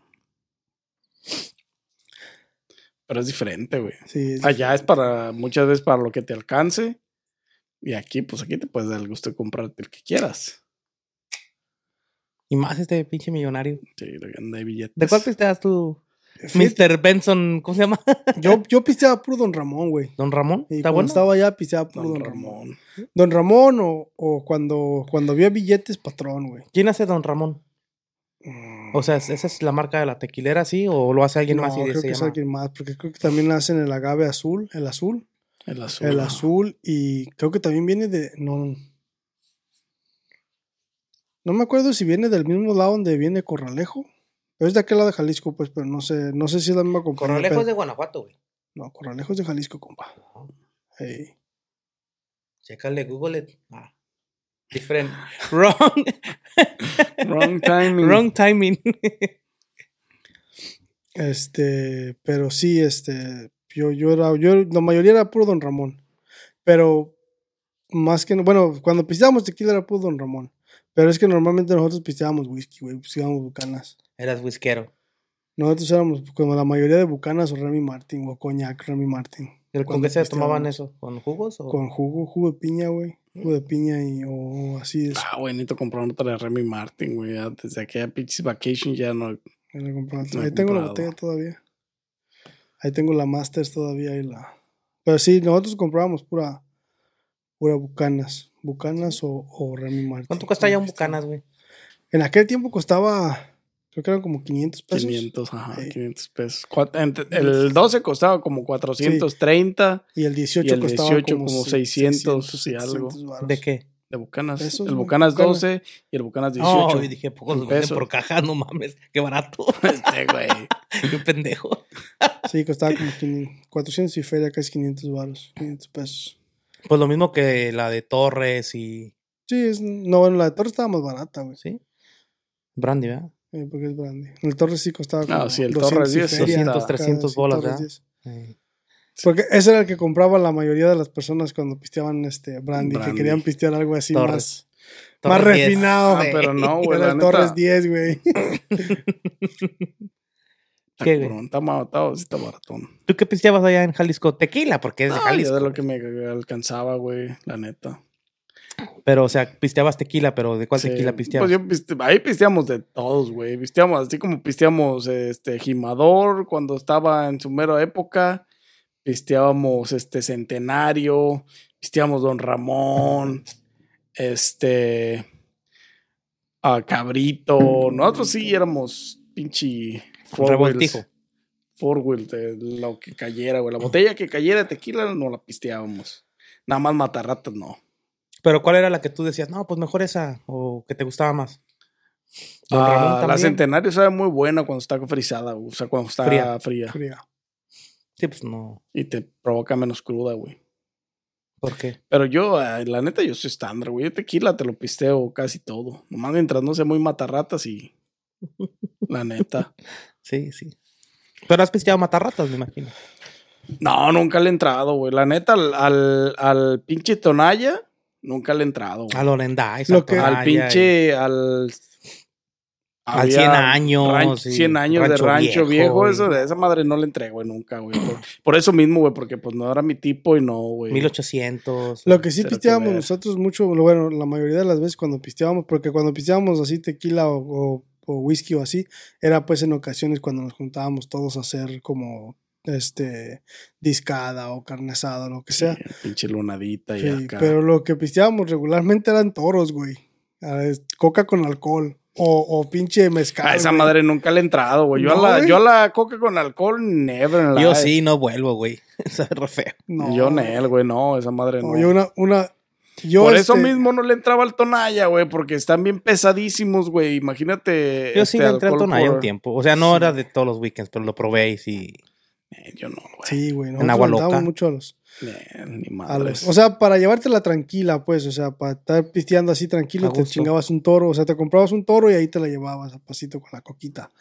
S1: Pero es diferente, güey.
S3: sí.
S1: Allá es para, muchas veces para lo que te alcance. Y aquí, pues aquí te puedes dar el gusto de comprarte el que quieras.
S2: Y más este pinche millonario.
S1: Sí, de que anda de billetes.
S2: ¿De cuál pisteas tú?
S3: Fíjate,
S2: Mr. Benson, ¿cómo se llama? (laughs)
S3: Yo, yo pisteaba puro Don Ramón, güey.
S2: Don Ramón.
S3: Y
S2: ¿Está
S3: cuando
S2: bueno?
S3: estaba allá, pisteaba puro
S1: Don
S3: Don, Ramón.
S1: Ramón.
S3: Don Ramón o, o cuando, cuando había billetes, patrón, güey.
S2: ¿Quién hace Don Ramón? O sea, ¿es- ¿esa es la marca de la tequilera, sí? ¿O lo hace alguien
S3: no,
S2: más? Y se
S3: creo que es
S2: llama?
S3: alguien más, porque creo que también hacen el agave azul, el azul.
S1: El azul.
S3: El azul y creo que también viene de... No, no me acuerdo si viene del mismo lado donde viene Corralejo. Pero es de aquel lado de Jalisco, pues, pero no sé, no sé si es la misma compañía.
S2: Corralejo es
S3: pero-
S2: de Guanajuato, güey.
S3: No, Corralejo es de Jalisco, compa. Ey.
S2: Chécale, Google it. Ah. Different. (laughs) Wrong,
S1: Wrong timing.
S2: wrong timing. (laughs)
S3: Este, pero sí, este, yo, yo era, yo, la mayoría era puro Don Ramón. Pero más que, no- bueno, cuando pisteábamos tequila era puro Don Ramón. Pero es que normalmente nosotros pisteábamos whisky, güey, pisteábamos bucanas.
S2: Eras whiskero.
S3: Nosotros éramos como la mayoría de Bucanas o Remy Martin o Coñac Remy Martin.
S2: ¿Y el- ¿Con
S3: Cuando
S2: qué se
S3: fuiste a
S2: tomaban
S3: un-
S2: eso? ¿Con jugos? O...
S3: Con jugo, jugo de piña, güey. Jugo de piña y o así es.
S1: Ah, güey, necesito comprar otra de Remy Martin, güey. ya Desde aquella pinches vacation ya no.
S3: Ya la compramos.
S1: No he
S3: Ahí tengo la
S1: comprado.
S3: botella todavía. Ahí tengo la Masters todavía y la. Pero sí, nosotros comprábamos pura, pura Bucanas. Bucanas o, o Remy Martin.
S2: ¿Cuánto cuesta ya un bucanas, güey?
S3: En aquel tiempo costaba, creo que eran como 500 pesos.
S1: 500, ajá,
S3: Sí.
S1: 500 pesos. Cuat- entre- El 12 costaba como 430
S3: Y el 18
S1: y el
S3: costaba
S1: 18
S3: como,
S1: como
S3: se-
S1: 600 y
S3: 700 varos.
S2: ¿De qué?
S1: de Bucanas.
S3: Pesos,
S1: el
S3: güey,
S1: Bucanas
S3: Bucanas.
S1: 12 y el Bucanas 18.
S2: No, yo dije, pocos los venden
S1: pesos.
S2: por caja, no mames, (laughs) qué barato.
S1: Este, güey.
S2: qué pendejo.
S3: Sí, costaba como 500, 400 y feria, casi 500 varos. 500 pesos.
S2: Pues lo mismo que la de Torres y.
S3: Sí, es, no, bueno, la de Torres estaba más barata, güey.
S2: ¿Sí? Brandy, ¿verdad?
S3: eh, porque es brandy. El Torres sí costaba como
S1: (laughs) No, sí, el
S3: 200
S1: Torres
S3: y
S1: 10
S3: feria,
S2: 200,
S3: acá,
S2: 300
S3: sí,
S2: bolas,
S3: Torres
S2: ¿verdad?
S3: 10.
S2: Eh,
S3: Porque ese era el que compraba la mayoría de las personas cuando pisteaban este brandy, que
S1: Brandy.
S3: querían pistear algo así
S2: Torres.
S3: más, más
S2: Torres diez.
S3: refinado.
S1: Ah, pero
S3: (laughs)
S1: no, güey.
S3: Era
S1: La
S3: el
S1: neta,
S3: Torres 10, güey. (laughs)
S1: está
S2: ¿Qué, güey?
S1: cabrón, Está matado, sí está baratón.
S2: ¿Tú qué pisteabas allá en Jalisco? Tequila, porque es de
S1: Ah,
S2: Jalisco.
S1: ya de lo que me alcanzaba, güey, la neta.
S2: Pero, o sea, pisteabas tequila, pero ¿de cuál
S1: Sí,
S2: tequila pisteabas?
S1: Pues yo piste- ahí pisteamos de todos, güey. Pisteamos, así como pisteamos este Jimador cuando estaba en su mera época. Pisteábamos este Centenario. Pisteamos Don Ramón. Este. a Cabrito. Nosotros sí éramos pinche. four
S2: Revoltijo.
S1: wheels. Four wheel, de lo que cayera, güey. La botella que cayera de tequila no la pisteábamos. Nada más matarratas, no.
S2: Pero ¿cuál era la que tú decías? No, pues mejor esa, o que te gustaba más. Don
S1: Ah,
S2: Ramón
S1: la
S2: también.
S1: centenario sabe muy buena cuando está frisada, güey. o sea, cuando está
S2: Fría.
S1: fría.
S3: Fría.
S2: Sí, pues no.
S1: y te provoca menos cruda, güey.
S2: ¿Por qué?
S1: Pero yo, eh, la neta, yo soy estándar, güey. Yo tequila te lo pisteo casi todo. Nomás mientras no sea muy matarratas y.
S2: (laughs)
S1: La neta.
S2: Sí, sí. Pero has pisteado matarratas, me imagino.
S1: No, nunca le he entrado, güey. La neta, al, al, al pinche Tonaya, nunca le he entrado, güey.
S2: A Lorenda,
S3: Lo que-
S1: Al pinche. Al.
S2: Al
S1: había
S2: 100 años.
S1: ranch-
S2: y
S1: 100 años
S2: Rancho
S1: de rancho viejo,
S2: y
S1: eso de esa madre no le entré, güey, nunca, güey. Por, por eso mismo, güey, porque pues no era mi tipo y no, güey.
S2: 1800.
S3: Lo que sí
S1: Cero que
S3: pisteábamos
S1: ver.
S3: nosotros mucho, lo bueno, la mayoría de las veces cuando pisteábamos, porque cuando pisteábamos así tequila o, o- o whisky o así, era pues en ocasiones cuando nos juntábamos todos a hacer como este discada o carne asada, lo que sea.
S1: Pinche lunadita y
S3: Sí,
S1: acá.
S3: pero lo que pisteábamos regularmente eran toros, güey. A ver, Coca con alcohol o, o pinche mezcal.
S1: A Ah, esa
S3: güey.
S1: madre nunca le he entrado, güey. Yo,
S3: No,
S1: a la-
S3: güey.
S1: yo a la coca con alcohol, never. en la
S2: Yo
S1: vida.
S2: sí, no vuelvo, güey. (laughs) Eso es re feo.
S3: No,
S1: Yo en él, güey, no, esa madre no.
S3: no, yo una, una, yo
S1: Por eso
S3: este,
S1: mismo no le entraba al Tonaya, güey, porque están bien pesadísimos, güey. Imagínate.
S2: Yo sí
S1: este,
S2: le entré al
S1: alcohol
S2: Tonaya
S1: por-
S2: un tiempo. O sea, no era de todos los weekends, pero lo probé y sí.
S1: Eh, yo no, güey.
S3: Sí, güey,
S2: En Agua
S3: nosotros
S2: Loca.
S3: dábamos mucho a los,
S1: Eh, ni
S3: A los-
S1: madres.
S3: o sea, para llevártela tranquila, pues, o sea, para estar pisteando así tranquilo,
S2: A
S3: te
S2: gusto.
S3: chingabas un toro, o sea, te comprabas un toro y ahí te la llevabas a pasito con la coquita.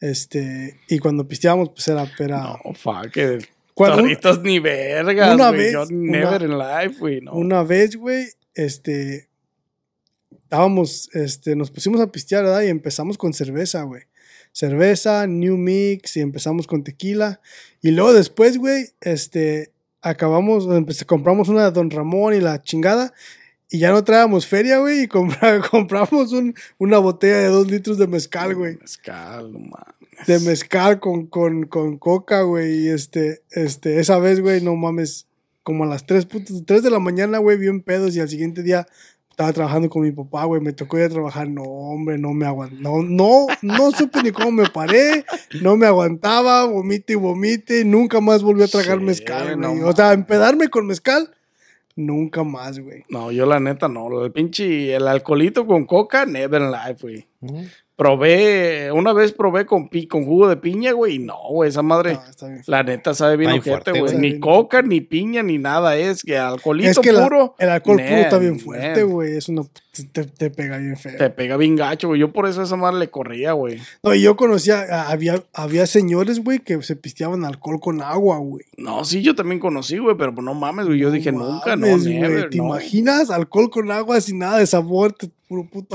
S3: Este, y cuando pisteábamos, pues era, era
S1: no, fuck. eh, que
S3: cuando un-
S1: Toritos ni vergas,
S3: una
S1: güey.
S3: vez,
S1: Yo
S3: una-
S1: never in life, güey, no.
S3: una vez, güey, este, estábamos, este, nos pusimos a pistear, ¿verdad? Y empezamos con cerveza, güey. Cerveza, New Mix, y empezamos con tequila. Y luego después, güey, este, acabamos, (laughs) empe- compramos una de Don Ramón y la chingada. Y ya no traíamos feria, güey, y compra- (laughs) compramos un- una botella de dos litros de mezcal, güey.
S1: Mezcal, no mames.
S3: De mezcal con, con, con coca, güey. Y este, este, esa vez, güey, no mames. Como a las 3, de la mañana, güey, bien pedos. Y al siguiente día estaba trabajando con mi papá, güey. Me tocó ir a trabajar. No, hombre, no me aguanté. No, no, no supe ni cómo me paré. No me aguantaba. Vomite y vomite. Nunca más volví a tragar
S1: Sí,
S3: mezcal,
S1: no
S3: güey. o
S1: mames.
S3: sea, empedarme con mezcal, nunca más, güey.
S1: No, yo la neta no. El pinche, el alcoholito con coca, never in life, güey.
S2: (laughs) ¿no?
S1: Probé, una vez probé con, pi- con jugo de piña, güey, y no, güey, esa madre.
S3: No, está bien.
S1: La neta sabe bien
S2: Ay,
S1: ojete,
S2: fuerte,
S1: güey.
S3: güey.
S1: Ni coca, ni piña, ni nada es. Que alcoholito
S3: Es que la-
S1: puro
S3: el alcohol puro está
S1: Man,
S3: bien fuerte,
S1: man.
S3: güey. Es una, te, te pega bien feo.
S1: te pega bien gacho, güey. Yo por eso a esa madre le corría, güey.
S3: No, y yo conocía, a- había, había señores, güey, que se pisteaban alcohol con agua, güey.
S1: No, sí, yo también conocí, güey, pero no mames, güey. Yo dije nunca, no,
S3: mames, güey,
S1: never,
S3: ¿Te
S1: no.
S3: imaginas? Alcohol con agua sin nada de sabor, te- puro puto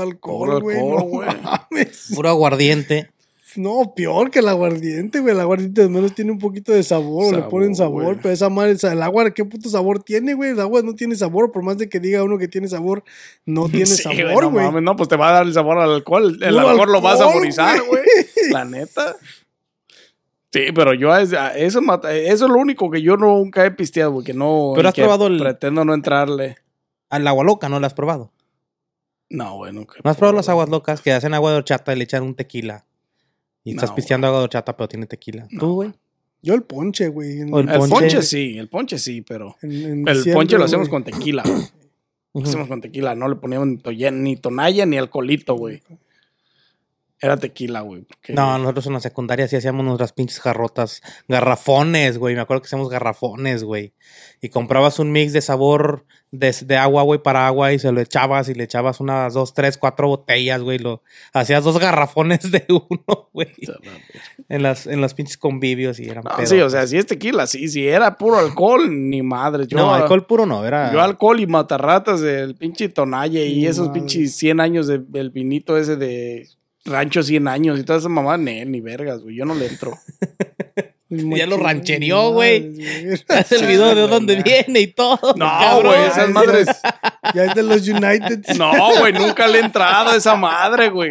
S1: Puro
S3: alcohol, güey.
S1: alcohol,
S3: no
S1: güey.
S3: mames.
S2: Puro aguardiente.
S3: No, peor que el aguardiente, güey. El aguardiente al menos tiene un poquito de sabor, o le ponen
S1: Sabor,
S3: sabor,
S1: güey.
S3: pero esa madre, esa- el agua, ¿qué puto sabor tiene, güey? El agua no tiene sabor, por más de que diga uno que tiene sabor,
S1: (laughs)
S3: no tiene
S1: Sí, güey,
S3: sabor,
S1: no,
S3: güey.
S1: mames, no, pues te va a dar el sabor al alcohol. El
S3: Puro
S1: alcohol lo va a
S3: alcohol,
S1: saborizar, güey. La neta. Sí, pero yo a- a eso, mata- eso es lo único que yo nunca he pisteado, porque no. y
S2: Pero has
S1: que
S2: probado el-
S1: Pretendo no entrarle.
S2: Al agua loca, ¿no la has probado?
S1: No, güey, nunca. he
S2: ¿No has probado las aguas locas que hacen agua de horchata y le echan un tequila? Y estás
S1: No,
S2: pisteando agua de horchata, pero tiene tequila. ¿Tú, güey?
S3: (laughs) Yo el ponche, güey. en-
S2: O el
S1: El ponche.
S2: ponche.
S1: sí, el ponche sí, pero.
S3: en- en
S1: El
S3: diciembre,
S1: ponche lo
S3: güey.
S1: hacemos con tequila. güey. Lo
S2: Ujú.
S1: hacemos con tequila, no le poníamos ni, toye- ni tonalla ni alcoholito, güey. Era tequila, güey. porque-
S2: No, nosotros en la secundaria sí hacíamos nuestras pinches jarrotas, garrafones, güey. Me acuerdo que hacíamos garrafones, güey. Y comprabas un mix de sabor de, de agua, güey, para agua y se lo echabas y le echabas unas dos, tres, cuatro botellas, güey. Lo hacías dos garrafones de (laughs) uno, güey. En las, en las pinches convivios y eran
S1: No,
S2: pedos.
S1: Ah, sí, o sea, si es tequila, sí, si era puro alcohol, (laughs) ni madre. Yo,
S2: no, alcohol ah. puro no, era.
S1: Yo alcohol y matarratas del pinche Tonalle y
S3: Ni
S1: esos
S3: madre.
S1: pinches 100 años de- del vinito ese de Rancho 100 años y toda esa mamá, ni, ni vergas, güey. Yo no le
S2: (laughs)
S1: entro.
S3: El
S2: Ya lo
S3: mochi-
S2: rancherió, güey.
S3: Madres, güey.
S2: Haz (laughs) el video de
S1: güey,
S2: dónde
S1: ya.
S2: viene y todo.
S1: No,
S2: cabrón.
S1: güey,
S2: (laughs)
S1: esas
S3: ay,
S1: madres.
S3: Ya es de los United.
S1: (laughs) No, güey, nunca le he entrado a esa madre, güey.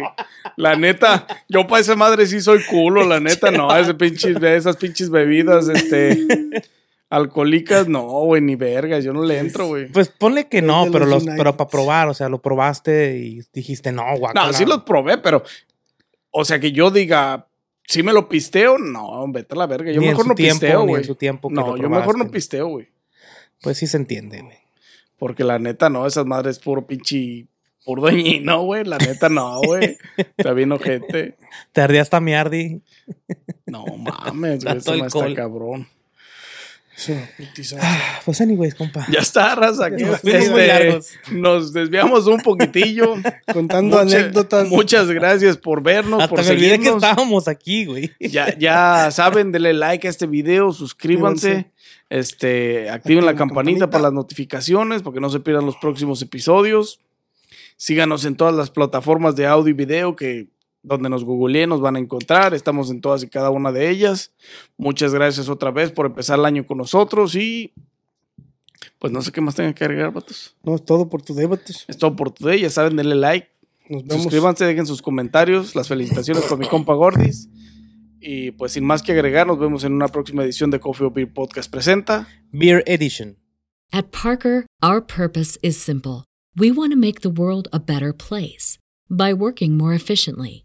S1: La neta, yo para esa madre sí soy culo, la neta, no, ese pinches, esas pinches bebidas,
S2: (laughs)
S1: este, alcohólicas, no, güey, ni vergas, yo no le entro, güey.
S2: Pues ponle que no,
S3: de
S2: pero
S3: los
S2: los, pero
S3: Uniteds.
S2: para probar, o sea, lo probaste y dijiste, no, guau.
S1: No, sí los probé, pero, o sea, que yo diga, si me lo pisteo, no, vete a la verga, yo
S2: Ni en
S1: mejor
S2: su
S1: no
S2: tiempo,
S1: pisteo,
S2: ni en
S1: güey.
S2: su tiempo que
S1: No,
S2: lo
S1: yo mejor no
S2: probaste.
S1: pisteo, güey.
S2: Pues sí se entiende, güey.
S1: Porque la neta, no, esas madres puro pinche, puro dañino, güey, la neta, no,
S2: (laughs)
S1: güey. Está bien ojete.
S2: Te ardías hasta miardi.
S1: No mames, güey,
S2: Tanto
S1: eso no está
S2: alcohol.
S1: cabrón.
S3: Es una putiza.
S2: Pues anyways, compa.
S1: Ya está, raza. que,
S3: nos fuimos muy
S1: este,
S2: largos.
S1: nos desviamos un poquitillo.
S3: Contando
S1: Mucha-
S3: anécdotas.
S1: Muchas gracias por vernos,
S2: Hasta
S1: por
S2: me olvidé que
S1: seguirnos.
S2: estábamos aquí, güey.
S1: Ya, ya saben, denle like a este video, suscríbanse, este, activen la
S3: la
S1: campanita
S3: campanita.
S1: para las notificaciones, porque no se pierdan los próximos episodios. Síganos en todas las plataformas de audio y video que donde nos googleen nos van a encontrar. Estamos en todas y cada una de ellas. Muchas gracias otra vez por empezar el año con nosotros y pues no sé qué más tengan que agregar, vatos.
S3: No, es todo por tu debates.
S1: Es todo por today. Ya saben, denle like,
S3: Nos vemos.
S1: Suscríbanse, dejen sus comentarios. Las felicitaciones con mi compa Gordis. Y pues sin más que agregar, nos vemos en una próxima edición de Coffee or Beer Podcast presenta.
S2: Beer Edition.
S4: At Parker, our purpose is simple. We want to make the world a better place by working more efficiently,